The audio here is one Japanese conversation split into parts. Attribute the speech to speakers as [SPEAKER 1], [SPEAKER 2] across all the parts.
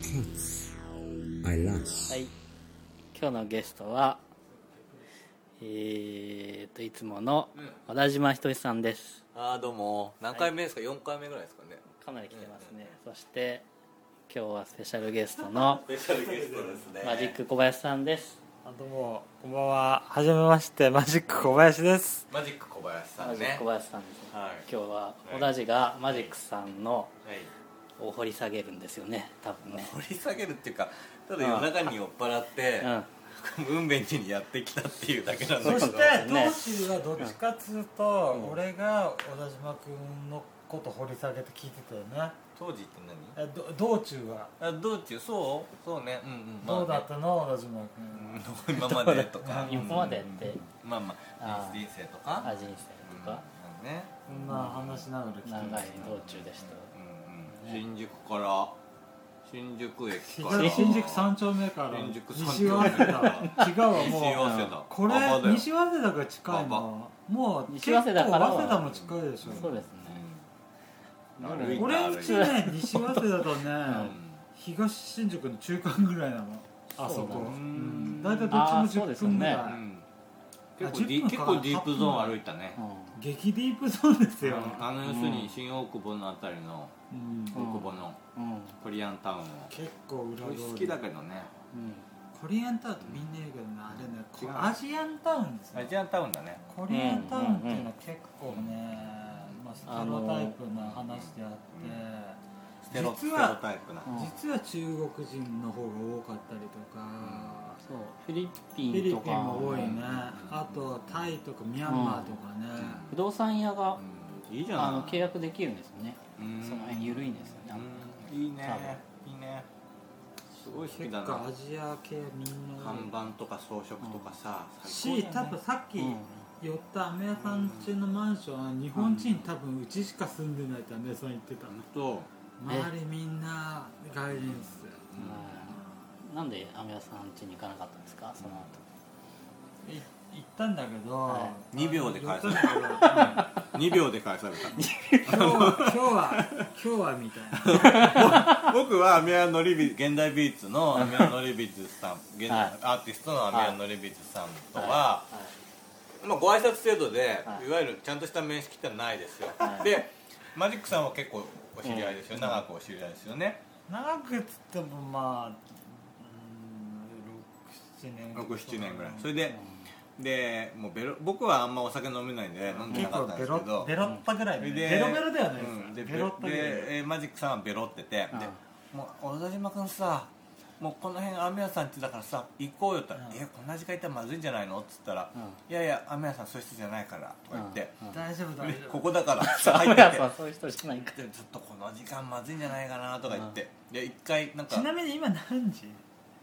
[SPEAKER 1] Once I
[SPEAKER 2] は
[SPEAKER 1] laugh.
[SPEAKER 2] い、今日のゲストは、えー、といつもの和田島ひとしさんです
[SPEAKER 3] ああどうも何回目ですか、四4回目ぐらいですかね
[SPEAKER 2] かなり来てますね、そして今日はスペシャルゲストの
[SPEAKER 3] スペシャルゲストですね
[SPEAKER 2] マジック小林さんです
[SPEAKER 4] あどうもこんばんははじめましてマジック小林です
[SPEAKER 3] マジック小林さ
[SPEAKER 2] マ
[SPEAKER 3] ん
[SPEAKER 2] ジッ
[SPEAKER 3] ね
[SPEAKER 2] ク小林さんですね、
[SPEAKER 3] はい
[SPEAKER 2] 今日は小田地がマジックさんの
[SPEAKER 3] はい
[SPEAKER 2] を掘り下げるんですよね多分ね
[SPEAKER 3] 掘り下げるっていうかただ夜中に酔っ払って
[SPEAKER 2] う、ん
[SPEAKER 3] 運命にやってきたっていうだけなんだ
[SPEAKER 4] そ
[SPEAKER 3] けど
[SPEAKER 4] して
[SPEAKER 2] ね
[SPEAKER 4] 当時はどっちかっつうと、俺が小田島君のこと掘り下げて聞いてたよね
[SPEAKER 3] 当時って
[SPEAKER 4] えど道中は
[SPEAKER 3] 何あ道中そうそうねうんうんまあ
[SPEAKER 4] ど
[SPEAKER 3] ね
[SPEAKER 4] うだったの小田島
[SPEAKER 3] う
[SPEAKER 4] 君
[SPEAKER 3] ん 今までとか
[SPEAKER 2] 今までって、
[SPEAKER 3] うんまあまあ
[SPEAKER 2] あー
[SPEAKER 3] 人生とか
[SPEAKER 2] あ人生
[SPEAKER 3] うん
[SPEAKER 2] とか、
[SPEAKER 3] うんね
[SPEAKER 4] そんな話しながら聞いて
[SPEAKER 2] 長
[SPEAKER 4] た
[SPEAKER 2] い道中でした、
[SPEAKER 3] うんうん新宿から新宿駅から
[SPEAKER 4] 新宿三丁目から
[SPEAKER 3] 新宿三
[SPEAKER 4] 西
[SPEAKER 3] 丁目
[SPEAKER 4] 早稲田違うわ
[SPEAKER 3] 西
[SPEAKER 4] もう
[SPEAKER 3] 早稲田
[SPEAKER 4] これ
[SPEAKER 3] 馬場だよ
[SPEAKER 4] 西早稲田が近い
[SPEAKER 3] 馬
[SPEAKER 4] のもう
[SPEAKER 2] 西早
[SPEAKER 4] 結構
[SPEAKER 2] 稲
[SPEAKER 4] 早
[SPEAKER 2] 田からは
[SPEAKER 4] 稲田も近いでし
[SPEAKER 2] そう
[SPEAKER 4] ょ
[SPEAKER 2] ですね、夜
[SPEAKER 3] 歩いて
[SPEAKER 4] 俺んちね西早稲田と
[SPEAKER 3] う
[SPEAKER 4] ね、
[SPEAKER 3] ん
[SPEAKER 4] 東新宿の中間ぐらいなのあそこ
[SPEAKER 2] そうなの
[SPEAKER 4] うん大体どっちも10分ぐらい、
[SPEAKER 2] あーそうですよ
[SPEAKER 3] 結構ディ
[SPEAKER 4] 10分
[SPEAKER 3] 結
[SPEAKER 4] か
[SPEAKER 3] 構ディープゾーン歩いたね
[SPEAKER 2] うん
[SPEAKER 4] 激ディープゾーンですよ、
[SPEAKER 3] あの要するに新大久保のあたりの
[SPEAKER 4] うん
[SPEAKER 3] 大久保の
[SPEAKER 2] うん
[SPEAKER 3] コリアンタウンを
[SPEAKER 4] 結構裏
[SPEAKER 3] 俺
[SPEAKER 4] 通り
[SPEAKER 3] 好きだけどね
[SPEAKER 2] うん
[SPEAKER 4] コリアンタウンってみんな言うけどねあれねこ
[SPEAKER 3] 違う
[SPEAKER 4] アジアンタウンです
[SPEAKER 3] ア
[SPEAKER 4] ね
[SPEAKER 3] ジアンタウンだね
[SPEAKER 4] コリアンタウンっていうのは結構ね、まあ、ステロタイプな話であ
[SPEAKER 3] ステロ
[SPEAKER 4] って、
[SPEAKER 3] ス
[SPEAKER 4] 実
[SPEAKER 3] テロ
[SPEAKER 4] は
[SPEAKER 3] タイプな
[SPEAKER 2] うん
[SPEAKER 4] 実は中国人の方が多かったりとか、
[SPEAKER 2] そうフィリピ
[SPEAKER 4] フィ
[SPEAKER 2] ン
[SPEAKER 4] リ
[SPEAKER 2] と
[SPEAKER 4] ピ
[SPEAKER 2] か
[SPEAKER 4] ンも多いね、あとタイとかミャンマーとかね、
[SPEAKER 2] 不動産屋が、
[SPEAKER 3] うんいいじゃない
[SPEAKER 2] あの契約できるんですよね、
[SPEAKER 3] うん
[SPEAKER 2] その辺緩いんですよね、あの
[SPEAKER 3] うんいいねいいねすごい好
[SPEAKER 4] 結
[SPEAKER 3] きだ
[SPEAKER 4] 構
[SPEAKER 3] な
[SPEAKER 4] アジア系みんな多い
[SPEAKER 3] 看板とか装飾とかさ
[SPEAKER 4] し多分さっき寄ったアメ屋さん家のマンションは日本人多分うちしか住んでないってアメ屋さん言ってたの
[SPEAKER 3] と
[SPEAKER 4] 周りみんな外人っす
[SPEAKER 2] うんなんでアメ屋さん家に行かなかったんですかその
[SPEAKER 4] い行ったんだけど、
[SPEAKER 2] は
[SPEAKER 3] 2秒で返され
[SPEAKER 4] 寄
[SPEAKER 3] た
[SPEAKER 4] ったんだ
[SPEAKER 3] 2秒で返され た
[SPEAKER 4] け どうん今日は今日は今日はみたい な
[SPEAKER 3] 僕はアメアノリビ現代美術のアメアノリビズさん現
[SPEAKER 2] はい
[SPEAKER 3] アーティストのアメアノリビズさんとは、
[SPEAKER 2] い
[SPEAKER 3] まあ、ご挨拶程度で、
[SPEAKER 2] はい
[SPEAKER 3] い、わゆるちゃんとした面識ってのはないですよ、
[SPEAKER 2] はい
[SPEAKER 3] でマジックさんは結構お知り合いですよ、長くお知り合いですよね
[SPEAKER 4] 長くっつってもまあうん67年
[SPEAKER 3] 67年ぐらいそれで、でもうベロ僕はあんまお酒飲めないんで飲んで
[SPEAKER 4] 結
[SPEAKER 3] なか
[SPEAKER 4] 構
[SPEAKER 3] ったんで
[SPEAKER 4] ベ
[SPEAKER 3] すけ
[SPEAKER 4] ロ
[SPEAKER 3] ど
[SPEAKER 4] ベロッタぐらい
[SPEAKER 3] そ
[SPEAKER 4] ね、
[SPEAKER 3] れ
[SPEAKER 4] ベロベロではないです、
[SPEAKER 3] うんで
[SPEAKER 4] ベロッタぐらい
[SPEAKER 3] でえーマジックさんはベロっててで「もう小田島君さもうこの辺雨屋さんってだからさ行こうよ」って言ったら「
[SPEAKER 4] うん
[SPEAKER 3] えこんな時間いたらまずいんじゃないの?」っつったら
[SPEAKER 2] うん
[SPEAKER 3] 「いやいや雨屋さんそういう人じゃないから」とか言って
[SPEAKER 2] うん
[SPEAKER 4] 大丈夫
[SPEAKER 3] 「
[SPEAKER 4] 大
[SPEAKER 3] で
[SPEAKER 4] 丈夫
[SPEAKER 3] ここだから」さ
[SPEAKER 2] ア
[SPEAKER 3] 入
[SPEAKER 2] メ
[SPEAKER 3] っ
[SPEAKER 2] 屋
[SPEAKER 3] て
[SPEAKER 2] さんはそういう人じゃないか
[SPEAKER 3] てで「ちょっとこの時間まずいんじゃないかな」とか言ってで一回なんか
[SPEAKER 4] ちなみに今何時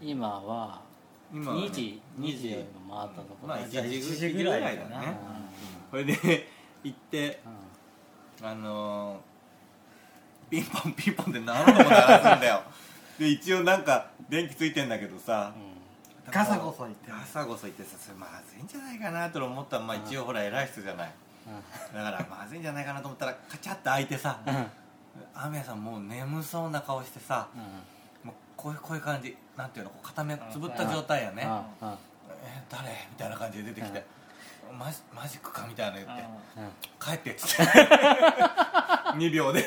[SPEAKER 2] 今は
[SPEAKER 3] 今はね
[SPEAKER 2] 2時2時を回ったところ、
[SPEAKER 3] まあ
[SPEAKER 2] う
[SPEAKER 3] 1
[SPEAKER 2] ん
[SPEAKER 3] 時ぐらいだ
[SPEAKER 4] 1時ぐらいだ
[SPEAKER 3] ね
[SPEAKER 4] ね
[SPEAKER 3] それで行ってあのー、ピンポンピンポンって何度も鳴らすんだよで一応なんか電気ついてんだけどさ
[SPEAKER 4] ガサゴソ言って
[SPEAKER 3] ガサゴソ言ってさそれまずいんじゃないかなと思ったらまあ一応ほら偉い人じゃないだからまずいんじゃないかなと思ったらカチャッて開いてさ
[SPEAKER 2] うんうん
[SPEAKER 3] 雨屋さんもう眠そうな顔してさもうこういうこういう感じなんていうのこう片目つぶった状態やね
[SPEAKER 2] うんうん
[SPEAKER 3] えー誰みたいな感じで出てきてマジマジックかみたいなの言って
[SPEAKER 2] うん
[SPEAKER 3] 帰ってっつって2秒で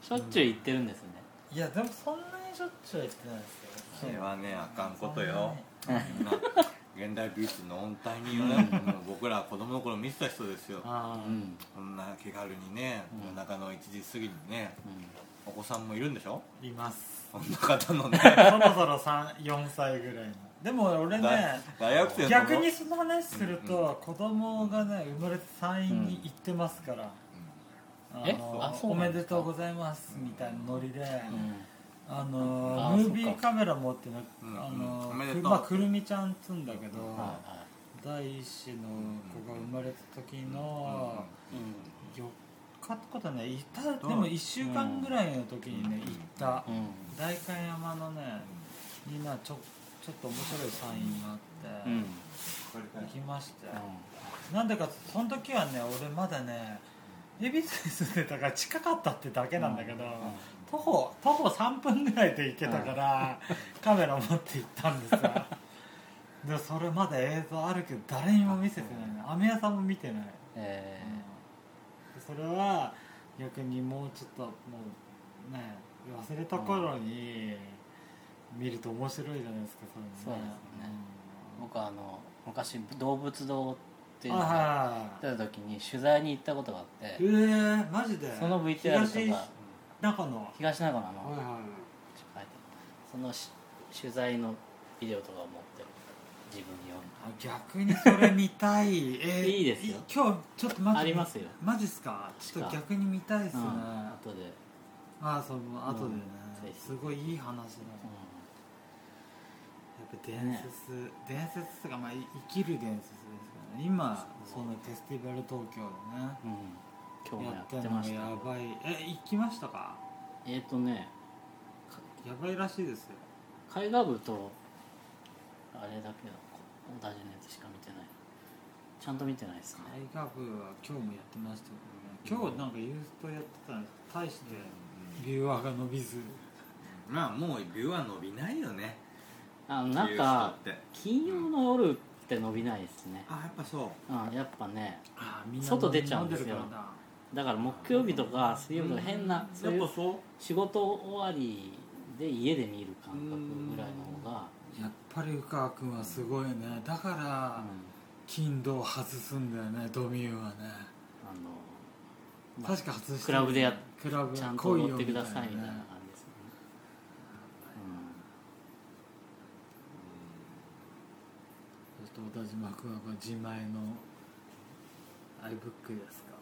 [SPEAKER 2] しょっちゅう行ってるんですよね
[SPEAKER 4] いやでもそんなにしょっちゅうは言ってないです
[SPEAKER 3] そ
[SPEAKER 4] よ
[SPEAKER 3] れはねあかんこと
[SPEAKER 4] そんな
[SPEAKER 3] よ
[SPEAKER 4] に
[SPEAKER 3] みんな現代美術の音体によねもう僕ら僕ら子供の頃見てた人ですよ
[SPEAKER 4] あ
[SPEAKER 2] うん
[SPEAKER 3] こんな気軽にね夜中の1時過ぎにね
[SPEAKER 2] う
[SPEAKER 3] お子さんもいるんでしょ
[SPEAKER 4] ーいます
[SPEAKER 3] そんな方のね
[SPEAKER 4] そろそろ三4歳ぐらいのでも俺
[SPEAKER 3] だ
[SPEAKER 4] ね
[SPEAKER 3] 大学生の
[SPEAKER 4] 逆
[SPEAKER 3] う
[SPEAKER 4] に
[SPEAKER 3] ん
[SPEAKER 4] その話する
[SPEAKER 3] うん
[SPEAKER 4] と子供がね生まれて産院に行ってますからあ
[SPEAKER 2] え
[SPEAKER 4] の
[SPEAKER 2] あそう
[SPEAKER 4] お
[SPEAKER 2] な
[SPEAKER 4] め
[SPEAKER 2] んで
[SPEAKER 4] です
[SPEAKER 2] か
[SPEAKER 4] とうございますみたいなノリで
[SPEAKER 2] ん
[SPEAKER 4] あ
[SPEAKER 2] あ
[SPEAKER 4] の
[SPEAKER 2] ー
[SPEAKER 4] ムービーカメラ持ってね
[SPEAKER 3] うん
[SPEAKER 4] あ
[SPEAKER 3] う
[SPEAKER 4] の
[SPEAKER 3] んおめでとう
[SPEAKER 4] まあくるみちゃんっつうんだけど
[SPEAKER 2] はいは
[SPEAKER 4] 第一子の子が生まれた時の
[SPEAKER 2] いうん
[SPEAKER 4] 4日ってことはねいた
[SPEAKER 3] どう
[SPEAKER 4] でも1週間ぐらいの時にね
[SPEAKER 3] うん
[SPEAKER 4] 行った
[SPEAKER 2] うん
[SPEAKER 4] 代官山のねになちょちょっと面白いサインがあっ
[SPEAKER 2] う
[SPEAKER 4] て、
[SPEAKER 2] ん
[SPEAKER 4] 行きまして、なんでかその時はね俺まだね恵比寿に住んでたから近かったってだけなんだけど、徒歩徒歩3分ぐらいで行けたから、カメラ持って行ったんですよでそれまだ映像あるけど誰にも見せてないの飴屋さんも見てない、
[SPEAKER 2] え
[SPEAKER 4] でそれは逆にもうちょっともうね忘れた頃に見ると面白いじゃないですかそう
[SPEAKER 2] そう
[SPEAKER 4] いうのね
[SPEAKER 2] ですねー僕はあの昔動物堂っていう
[SPEAKER 4] うん
[SPEAKER 2] の
[SPEAKER 4] あはい
[SPEAKER 2] が
[SPEAKER 4] はいはい
[SPEAKER 2] 出た時に取材に行ったことがあって
[SPEAKER 4] えー、マジで
[SPEAKER 2] その VTR と
[SPEAKER 4] 東
[SPEAKER 2] か
[SPEAKER 4] 中のは
[SPEAKER 2] 東中野の
[SPEAKER 4] いはいはい
[SPEAKER 2] ちょっと書いてあるそのし取材のビデオとかを持ってる自分用に
[SPEAKER 4] あ逆にそれ見たい えー
[SPEAKER 2] いいですよ
[SPEAKER 4] 今日ちょっとマジ
[SPEAKER 2] ありますよ
[SPEAKER 4] マジっすかちょっと逆に見たいっす
[SPEAKER 2] う
[SPEAKER 4] ね、
[SPEAKER 2] ん
[SPEAKER 4] あ
[SPEAKER 2] 後で、
[SPEAKER 4] あその後でね、
[SPEAKER 2] うんぜひ
[SPEAKER 4] すごいいい話だね
[SPEAKER 2] う
[SPEAKER 4] やっぱ伝説、伝説とか、まあ、い生きる伝説ですからね今そ
[SPEAKER 2] そう
[SPEAKER 4] のフェスティバル東京
[SPEAKER 2] んうん今日
[SPEAKER 4] で
[SPEAKER 2] も
[SPEAKER 4] ね
[SPEAKER 2] や
[SPEAKER 4] や
[SPEAKER 2] っ
[SPEAKER 4] っ
[SPEAKER 2] てて
[SPEAKER 4] るの
[SPEAKER 2] ま
[SPEAKER 4] が
[SPEAKER 2] した
[SPEAKER 4] やばいえ行きましたか
[SPEAKER 2] えっ、とね
[SPEAKER 4] やばいらしいですよ
[SPEAKER 2] 絵画部とあれだけど同じのやつしか見てないちゃんと見てないですね
[SPEAKER 4] 絵画部は今日もやってましたけどね今日なんかユーストやってたんです大してビューアーが伸びず
[SPEAKER 3] まあもうビューは伸びないよね
[SPEAKER 2] あなんか
[SPEAKER 3] ビュー人って
[SPEAKER 2] 金曜の夜って伸びないですね、
[SPEAKER 3] あやっぱそう
[SPEAKER 2] うん、やっぱね
[SPEAKER 4] ああみんな
[SPEAKER 2] 外出ちゃうんですよ
[SPEAKER 4] 飲からな
[SPEAKER 2] だから木曜日とか水曜日とか変なそういう
[SPEAKER 3] そう
[SPEAKER 2] 仕事終わりで家で見る感覚ぐらいの方が
[SPEAKER 4] やっぱり宇川君はすごいねだから、金土を外すんだよねドミューはね
[SPEAKER 2] あの、まあ
[SPEAKER 4] 確か外してる
[SPEAKER 2] クラブでやっ
[SPEAKER 4] クラブ
[SPEAKER 2] ちゃんと
[SPEAKER 4] 来い
[SPEAKER 2] 踊
[SPEAKER 4] よ
[SPEAKER 2] ってくださいみたいな
[SPEAKER 4] ね
[SPEAKER 2] 感じですね、
[SPEAKER 4] そして小田島君はこれ自前のアイブックですか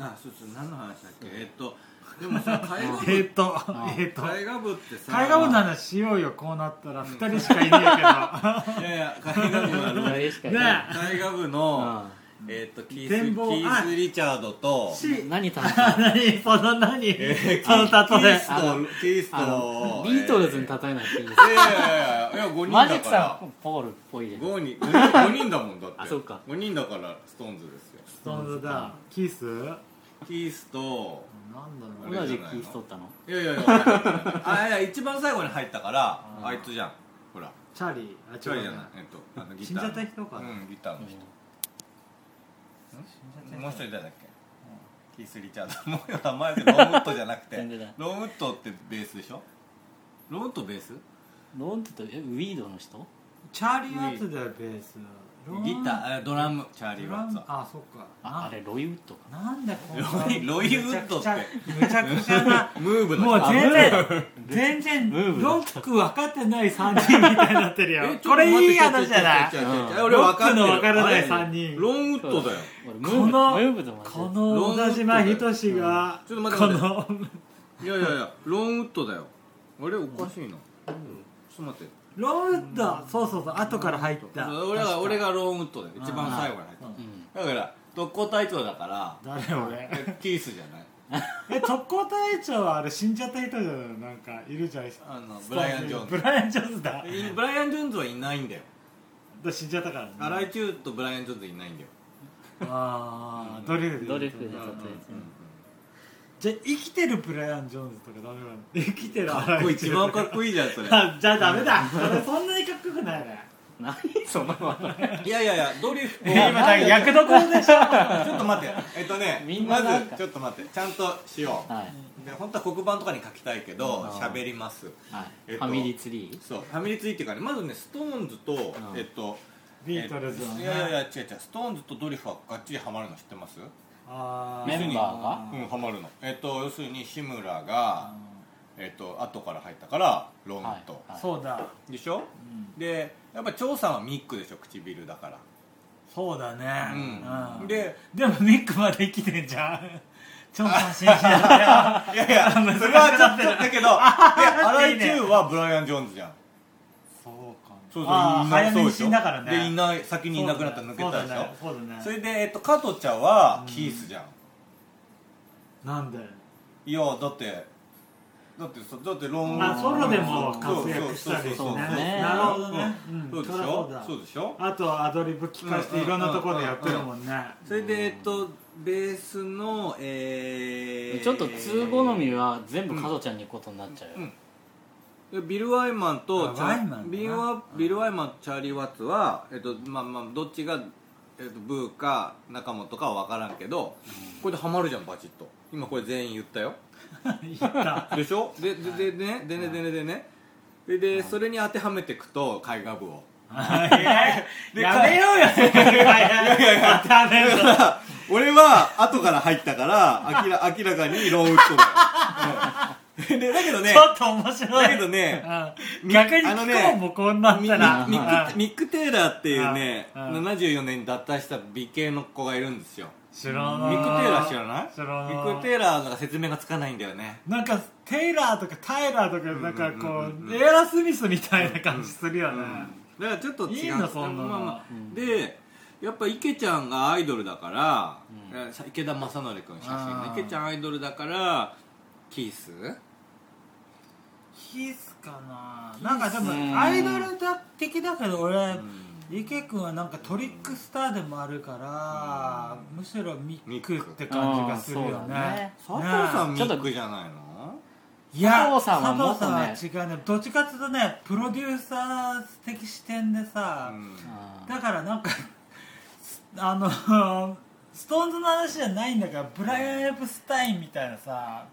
[SPEAKER 3] あそうそう何の話だっけえっとでもさ絵画
[SPEAKER 4] えっと
[SPEAKER 2] あ
[SPEAKER 4] えっと
[SPEAKER 3] 絵画部ってさ
[SPEAKER 4] 絵画部の話しようよこうなったら2人しかいねえ
[SPEAKER 3] いやいや絵画部
[SPEAKER 2] うん、あ
[SPEAKER 3] の
[SPEAKER 2] れしか
[SPEAKER 4] ね
[SPEAKER 2] ない、
[SPEAKER 3] 絵画部の
[SPEAKER 2] うん
[SPEAKER 3] えっとキース
[SPEAKER 4] 展
[SPEAKER 3] キ
[SPEAKER 4] 望
[SPEAKER 3] ース・リチャードと
[SPEAKER 4] けどし
[SPEAKER 2] 何頼んだ
[SPEAKER 4] 何 その何、
[SPEAKER 3] えー
[SPEAKER 4] その
[SPEAKER 3] キ
[SPEAKER 4] 例
[SPEAKER 3] ー
[SPEAKER 4] え
[SPEAKER 3] ス
[SPEAKER 2] あの
[SPEAKER 3] とキース
[SPEAKER 2] あ
[SPEAKER 3] と
[SPEAKER 2] のビートルズに
[SPEAKER 3] え
[SPEAKER 2] 例えなくていいです
[SPEAKER 3] ーいやいやいやいや5人
[SPEAKER 2] マジ
[SPEAKER 3] だ
[SPEAKER 2] ックさ
[SPEAKER 3] か
[SPEAKER 2] んポールっぽいで
[SPEAKER 3] ら
[SPEAKER 2] す
[SPEAKER 3] 五人五人五人だもんだって
[SPEAKER 2] あそうか
[SPEAKER 3] 5人だからストーンズですよ
[SPEAKER 4] ストーンズだキースなん
[SPEAKER 3] キースと
[SPEAKER 4] だろう
[SPEAKER 2] 同じキース取ったの
[SPEAKER 3] いやいや いやあいや一番最後に入ったから
[SPEAKER 4] うん
[SPEAKER 3] あいつじゃんほら
[SPEAKER 4] チャーリーあ
[SPEAKER 3] チャリじゃ
[SPEAKER 4] 違う
[SPEAKER 3] ない
[SPEAKER 4] ね
[SPEAKER 3] えっとあのギター
[SPEAKER 4] 死んじゃった人かな
[SPEAKER 3] うんギターの人もう一人誰だっけキース・リチャードもう名前でロームットじゃなくて
[SPEAKER 2] 全然だ
[SPEAKER 3] ロームットってベースでしょロームットベース
[SPEAKER 2] ローンって言ったらえウィードの人
[SPEAKER 4] チャーリー・ワッツだよベース
[SPEAKER 3] ギターあドラムチャーリ
[SPEAKER 4] ド
[SPEAKER 3] ー・
[SPEAKER 4] ラ
[SPEAKER 3] ワッツ
[SPEAKER 4] ム
[SPEAKER 3] は
[SPEAKER 4] あそっか
[SPEAKER 2] ああれロイウッドか
[SPEAKER 4] なんでこんな
[SPEAKER 3] ロイロイウッドって
[SPEAKER 4] むち ゃくちゃな
[SPEAKER 3] ムーブ
[SPEAKER 4] もう
[SPEAKER 3] の人
[SPEAKER 4] 全
[SPEAKER 2] あ
[SPEAKER 4] 然全然
[SPEAKER 2] ムーブ
[SPEAKER 4] ロック分かってない3人みたいになって るよこれいい話じゃない
[SPEAKER 3] ちょっと待ってちょっと待ってちょっと待って俺分かっ
[SPEAKER 4] うん
[SPEAKER 3] てる
[SPEAKER 4] ロックの分からない三人
[SPEAKER 3] ロームウッドだよ
[SPEAKER 2] 俺ムー
[SPEAKER 4] こ
[SPEAKER 2] ブ
[SPEAKER 4] の
[SPEAKER 2] ムーブと同じ
[SPEAKER 4] この小田島仁が
[SPEAKER 3] ち
[SPEAKER 4] こ
[SPEAKER 3] ょっと待って
[SPEAKER 4] の
[SPEAKER 3] いやいやいやロームウッドだよあれおかしいなちょっと待って
[SPEAKER 4] ローウッドそうそうそう後から入った
[SPEAKER 3] そう俺が俺がローンウッドで
[SPEAKER 4] ん
[SPEAKER 3] 一番最
[SPEAKER 2] うん
[SPEAKER 3] 後に入っただから特攻隊長だから
[SPEAKER 4] 誰俺
[SPEAKER 3] えキースじゃない
[SPEAKER 4] え特攻隊長はあれ死んじゃった人じゃないなんかいるじゃないですか
[SPEAKER 3] あのブライアン・ジョーンズ
[SPEAKER 4] ブライアン・ジョーンズだ
[SPEAKER 3] いブライアン・ジョーンズはいないんだよ
[SPEAKER 4] だ死んじゃったからね
[SPEAKER 3] 荒井中とブライアン・ジョーンズいないんだよ
[SPEAKER 4] ああドリフで
[SPEAKER 2] ドリフで例え
[SPEAKER 3] うんうんうん
[SPEAKER 4] じゃあ生きてるブライアン・ジョーンズとかダメなの生きてる
[SPEAKER 3] かっこいい一番か
[SPEAKER 4] っ
[SPEAKER 3] っこいいじゃんそれ
[SPEAKER 4] じゃあダメ だそれそんなにかっこよくないね
[SPEAKER 2] 何その
[SPEAKER 3] いやいやいやドリフ
[SPEAKER 4] 今なんか役どころでしょ
[SPEAKER 3] ちょっと待ってえっとね
[SPEAKER 2] みん
[SPEAKER 3] ま
[SPEAKER 2] ななんか
[SPEAKER 3] ずちょっと待ってちゃんとしよう
[SPEAKER 2] はい
[SPEAKER 3] で本当は黒板とかに書きたいけど
[SPEAKER 2] うん
[SPEAKER 3] 喋ります
[SPEAKER 2] はい、
[SPEAKER 3] えっ
[SPEAKER 2] フ
[SPEAKER 3] と
[SPEAKER 2] ァミリーツリ
[SPEAKER 3] そうファミリーツリーっていうかねまずねストーンズと
[SPEAKER 2] うん
[SPEAKER 3] えっと
[SPEAKER 4] ビートルズのね
[SPEAKER 3] いやいやいや違う違うストーンズとドリフはがっちりハマるの知ってます
[SPEAKER 4] あー
[SPEAKER 2] メンバーが
[SPEAKER 3] うんハマるのえっと要するに志村がえっと後から入ったからロン
[SPEAKER 2] ー、はい
[SPEAKER 3] と、
[SPEAKER 2] はい、
[SPEAKER 4] そうだ、
[SPEAKER 3] でしょ
[SPEAKER 4] うん
[SPEAKER 3] でやっぱ張さんはミックでしょ唇だから
[SPEAKER 4] そうだね
[SPEAKER 3] うん
[SPEAKER 4] うん
[SPEAKER 3] で
[SPEAKER 4] でもミックまで生きてんじ ゃん超写真じゃん
[SPEAKER 3] いやいや
[SPEAKER 4] 難しくなってる
[SPEAKER 3] それはちょっとだけど で荒井中はブライアン・ジョーンズじゃん
[SPEAKER 4] そうかも
[SPEAKER 3] そうそう
[SPEAKER 4] あー
[SPEAKER 3] いな
[SPEAKER 4] 早
[SPEAKER 3] いそう
[SPEAKER 4] め
[SPEAKER 3] で
[SPEAKER 4] に
[SPEAKER 3] しょ
[SPEAKER 4] 死んだからね
[SPEAKER 3] でいない先にいなくなった抜けたでしょ
[SPEAKER 4] そうだね
[SPEAKER 3] そ
[SPEAKER 4] そうだね
[SPEAKER 3] れで、えっと、加藤茶はキースじゃん、
[SPEAKER 4] なんで
[SPEAKER 3] いやだってだってそだってロン
[SPEAKER 4] あソロでも活躍したりね
[SPEAKER 2] そ
[SPEAKER 3] そうそうそうそう
[SPEAKER 2] うね
[SPEAKER 4] なるほどねうん
[SPEAKER 3] そうでし
[SPEAKER 4] そりゃそう
[SPEAKER 3] ょ
[SPEAKER 4] だ
[SPEAKER 3] そうでしょ
[SPEAKER 4] あとアドリブ聞かせていろんなところでやってるもんね
[SPEAKER 3] それでえっとベースのえー、
[SPEAKER 2] ちょっと通好みは全部加トちゃんに行くことになっちゃうよ、
[SPEAKER 3] でビル・ワイマンと
[SPEAKER 4] あ
[SPEAKER 3] チャ
[SPEAKER 4] ワイマンだな
[SPEAKER 3] ビルワビル・ワイマンとチャーリー・ワッツは、えっとまあまあ、どっちが、えっと、ブーか仲本かは分からんけど、これでハマるじゃんバチッと今これ全員言ったよ
[SPEAKER 4] 言った
[SPEAKER 3] でしょででででねでねでねでねででそれに当てはめていくと絵画部を
[SPEAKER 4] やめようよそれはダメ
[SPEAKER 3] だ
[SPEAKER 4] だ
[SPEAKER 3] から俺は後から入ったから明ら明らかにローウッドだよ、うん でだけどね
[SPEAKER 4] ちょっと面白
[SPEAKER 3] だ
[SPEAKER 4] い
[SPEAKER 3] けどね
[SPEAKER 4] うん逆に
[SPEAKER 3] あのね
[SPEAKER 4] 聞こうもこんなん
[SPEAKER 3] ミ
[SPEAKER 4] だな
[SPEAKER 3] ミミックミック・テイラーっていうね
[SPEAKER 4] ああ
[SPEAKER 3] 74年に脱退した美形の子がいるんですよ
[SPEAKER 4] 知ら
[SPEAKER 3] ミ
[SPEAKER 4] ない
[SPEAKER 3] ック・テイラー知らない
[SPEAKER 4] 知らな
[SPEAKER 3] ミ
[SPEAKER 4] い
[SPEAKER 3] ック・テイラーの説明がつかないんだよね
[SPEAKER 4] なんかテイラーとかタイラーとかなんか
[SPEAKER 3] うんう
[SPEAKER 4] こ
[SPEAKER 3] んうんうん
[SPEAKER 4] うエアラスミスみたいな感じするよね
[SPEAKER 3] だからちょっと違う
[SPEAKER 4] いいんだそんなの
[SPEAKER 3] まあまあでやっぱ池ちゃんがアイドルだから、さ池田正則君写真
[SPEAKER 4] あ
[SPEAKER 3] ね
[SPEAKER 4] ー
[SPEAKER 3] 池ちゃんアイドルだからキース
[SPEAKER 4] キスかななんかでもアイドルだ的だけど俺池君はなんかトリックスターでもあるからむしろミックって感じがするよ
[SPEAKER 2] あーそうだ
[SPEAKER 4] ね
[SPEAKER 2] ね
[SPEAKER 3] 佐藤さん
[SPEAKER 4] ね
[SPEAKER 3] ミックじゃないの
[SPEAKER 4] いや
[SPEAKER 2] 佐藤さんはもっとね
[SPEAKER 4] 佐藤さんは違うねどっちかっていうとねプロデューサー的視点でさ、
[SPEAKER 3] うん
[SPEAKER 2] あー
[SPEAKER 4] だからなんか あのストーンズの話じゃないんだからブライアン・エプスタインみたいなさ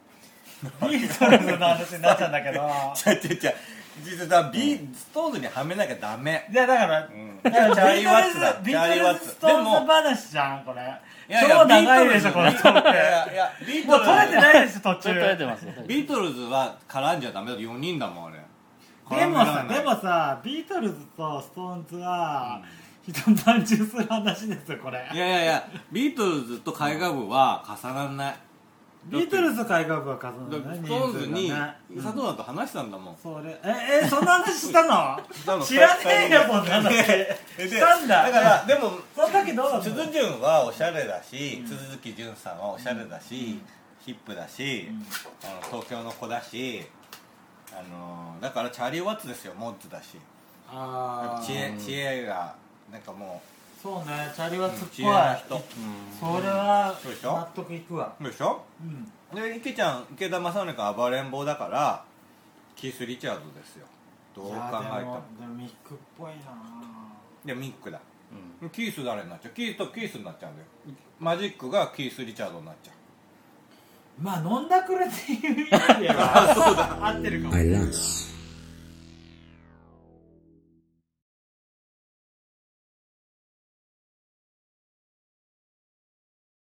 [SPEAKER 4] ビートルズの話になっちゃうんだ けど
[SPEAKER 3] ちゃちゃちゃ実はビーストーンズにはめなきゃダメ
[SPEAKER 4] いやだから
[SPEAKER 3] うん
[SPEAKER 4] だから
[SPEAKER 3] チャーリ
[SPEAKER 4] ビ
[SPEAKER 3] ー
[SPEAKER 4] ー
[SPEAKER 3] ワッ
[SPEAKER 4] トル
[SPEAKER 3] ツ
[SPEAKER 4] ズ
[SPEAKER 3] だ
[SPEAKER 4] ビー
[SPEAKER 3] チャーリー
[SPEAKER 4] ト
[SPEAKER 3] ワッ
[SPEAKER 4] ル
[SPEAKER 3] ツ
[SPEAKER 4] ズストーンズ話じゃんこれ
[SPEAKER 3] いやいや
[SPEAKER 4] 超長いでしょ
[SPEAKER 3] ビ
[SPEAKER 4] この
[SPEAKER 3] ー
[SPEAKER 4] 人
[SPEAKER 3] トルズ
[SPEAKER 4] っ
[SPEAKER 3] い
[SPEAKER 4] て
[SPEAKER 3] やいやビー
[SPEAKER 4] も
[SPEAKER 3] ト
[SPEAKER 4] う
[SPEAKER 3] ルズ
[SPEAKER 4] 取れてないでしょ途
[SPEAKER 2] ちょ
[SPEAKER 4] 中
[SPEAKER 2] っと出てますよ
[SPEAKER 3] ビートルズは絡んじゃダメだ4人だもんあれ
[SPEAKER 4] で
[SPEAKER 3] 絡め
[SPEAKER 4] もさ
[SPEAKER 3] られない
[SPEAKER 4] でもさビートルズとストーンズは一晩中する話ですよこれ
[SPEAKER 3] いやいやいやビートルズと絵画部は重ならない
[SPEAKER 4] ビートルズと絵画部は重
[SPEAKER 3] だ
[SPEAKER 4] な
[SPEAKER 3] って
[SPEAKER 4] るね
[SPEAKER 3] ストーンズに
[SPEAKER 4] 人数がねうん
[SPEAKER 3] 佐藤だと話したんだもん
[SPEAKER 4] それええそんな話した
[SPEAKER 3] たの
[SPEAKER 4] の知らねえよもんなのしたんだ
[SPEAKER 3] だからでも
[SPEAKER 4] その時どうだった
[SPEAKER 3] 鈴
[SPEAKER 4] の
[SPEAKER 3] 潤はおしゃれだし鈴木潤さんはおしゃれだし、ヒップだし、あの東京の子だしあのーだからチャーリー・ワッツですよモッツだし
[SPEAKER 4] あ
[SPEAKER 3] 知恵知恵がなんかも
[SPEAKER 4] そうねチャリはツっ
[SPEAKER 3] う知
[SPEAKER 4] ぽ
[SPEAKER 3] 恵
[SPEAKER 4] い
[SPEAKER 3] の人
[SPEAKER 4] それは
[SPEAKER 3] そうでしょ
[SPEAKER 4] 納得いくわ
[SPEAKER 3] でしょ
[SPEAKER 4] うん
[SPEAKER 3] で池ちゃん池田正則は暴れん坊だからキース・リチャードですよどう考え
[SPEAKER 4] い
[SPEAKER 3] て
[SPEAKER 4] やでも
[SPEAKER 3] も
[SPEAKER 4] でもミックっぽいな
[SPEAKER 3] でミックだ
[SPEAKER 2] うん
[SPEAKER 3] キース誰になっちゃうキースとキースになっちゃうんだよマジックがキース・リチャードになっちゃう
[SPEAKER 4] まあ飲んだくれっていう意味では合ってるかも
[SPEAKER 1] I lance.